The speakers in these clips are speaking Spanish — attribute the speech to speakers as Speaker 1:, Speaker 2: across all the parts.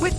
Speaker 1: With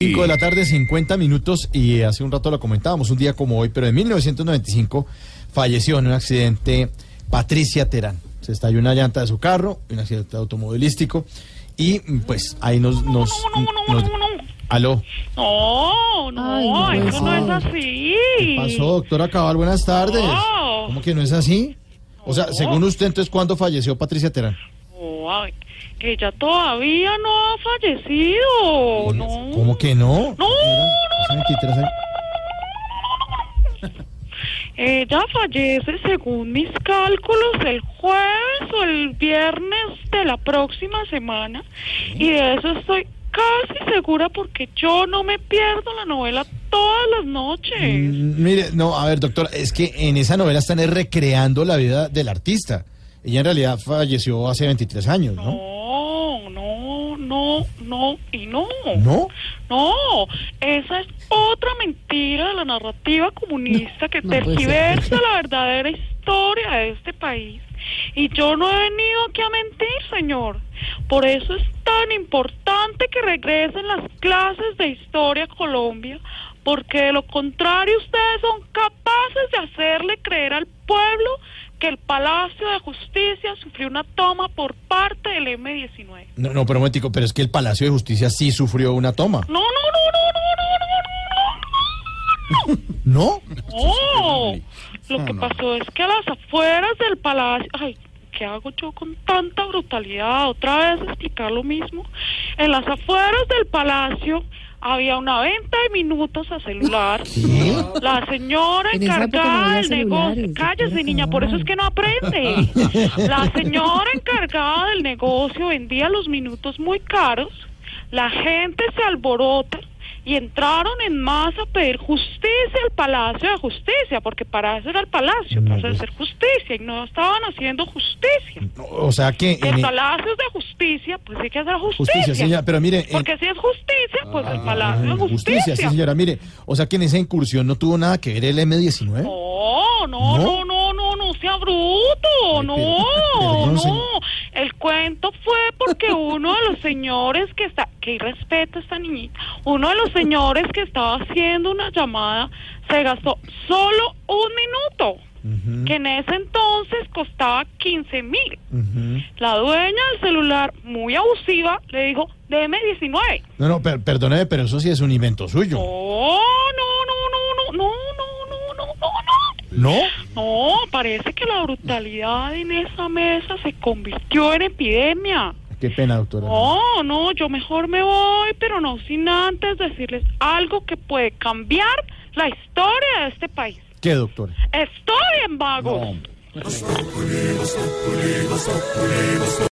Speaker 2: 5 de la tarde, 50 minutos, y hace un rato lo comentábamos, un día como hoy, pero en 1995 falleció en un accidente Patricia Terán. Se estalló una llanta de su carro, un accidente automovilístico, y pues ahí nos... nos, nos- aló,
Speaker 3: No, no,
Speaker 4: Ay, no puede
Speaker 3: eso no
Speaker 2: ser.
Speaker 3: es así.
Speaker 2: ¿qué pasó, doctora Cabal? Buenas tardes.
Speaker 3: No.
Speaker 2: ¿Cómo que no es así? O sea, según usted, entonces, ¿cuándo falleció Patricia Terán?
Speaker 3: No, ay, ella todavía no ha fallecido. No.
Speaker 2: ¿Cómo que Oh, no?
Speaker 3: No,
Speaker 2: Hace 23 años.
Speaker 3: Ella fallece, según mis cálculos, el jueves o el viernes de la próxima semana. Y de eso estoy casi segura porque yo no me pierdo la novela todas las noches.
Speaker 2: Mm, Mire, no, a ver, doctora, es que en esa novela están es recreando la vida del artista. Ella en realidad falleció hace 23 años, ¿no?
Speaker 3: No, no, no, no y no.
Speaker 2: ¿No?
Speaker 3: No, esa es otra mentira de la narrativa comunista que
Speaker 4: no puede
Speaker 3: tergiversa la verdadera historia de este país. Y yo no he venido aquí a mentir, señor. Por eso es tan importante que regresen las clases de historia a Colombia, porque de lo contrario ustedes son capaces de hacerle creer al pueblo que el Palacio de Justicia sufrió una toma por parte del M-19.
Speaker 2: No, no, pero un momentico, pero es que el Palacio de Justicia sí sufrió una toma.
Speaker 3: No, no, no, no, no, no, no, no, no, no.
Speaker 2: ¿No?
Speaker 3: No, Oh, lo que pasó es que a las afueras del palacio, ay, ¿qué hago yo con tanta brutalidad? Otra vez explicar lo mismo. En las afueras del palacio había una venta de minutos a celular.
Speaker 2: ¿Qué?
Speaker 3: La señora
Speaker 4: En esa época no
Speaker 3: encargada
Speaker 4: había
Speaker 3: del negocio,
Speaker 4: celulares,
Speaker 3: cállese
Speaker 4: doctora
Speaker 3: niña, por eso
Speaker 4: Cabal.
Speaker 3: es que no aprende. La señora encargada del negocio vendía los minutos muy caros, la gente se alborota y entraron en masa a pedir justicia al Palacio de Justicia, porque para eso era el Palacio,
Speaker 2: No,
Speaker 3: para
Speaker 2: pues.
Speaker 3: hacer justicia, y no estaban haciendo justicia.
Speaker 2: O sea que... en
Speaker 3: El
Speaker 2: e-
Speaker 3: Palacio es de Justicia, pues hay que hacer justicia.
Speaker 2: justicia, sí, señora, pero mire... en-
Speaker 3: Porque si es justicia, pues el Palacio es
Speaker 2: justicia, sí, señora, mire. O sea que en esa incursión no tuvo nada que ver el M-19.
Speaker 3: No,
Speaker 2: ¿No?
Speaker 3: no, no, no, no, no sea bruto,
Speaker 2: Ay,
Speaker 3: no,
Speaker 2: per- perdón,
Speaker 3: no.
Speaker 2: señor.
Speaker 3: El cuento fue porque uno de los señores que está, que irrespeto a esta niñita, uno de los señores que estaba haciendo una llamada se gastó solo un minuto,
Speaker 2: Ujú,
Speaker 3: que en ese entonces costaba 15 mil.
Speaker 2: ujú.
Speaker 3: La dueña del celular, muy abusiva, le dijo, deme 19.
Speaker 2: No, no, per- perdóneme, pero eso sí es un invento
Speaker 3: No,
Speaker 2: suyo.
Speaker 3: no, no, no, no, no, no, no, no, no.
Speaker 2: ¿No?
Speaker 3: No, parece que la brutalidad en esa mesa se convirtió en epidemia.
Speaker 2: Qué pena, doctora.
Speaker 3: No, no, yo mejor me voy, pero no sin antes decirles algo que puede cambiar la historia de este país.
Speaker 2: ¿Qué, doctora?
Speaker 3: Estoy en vagos.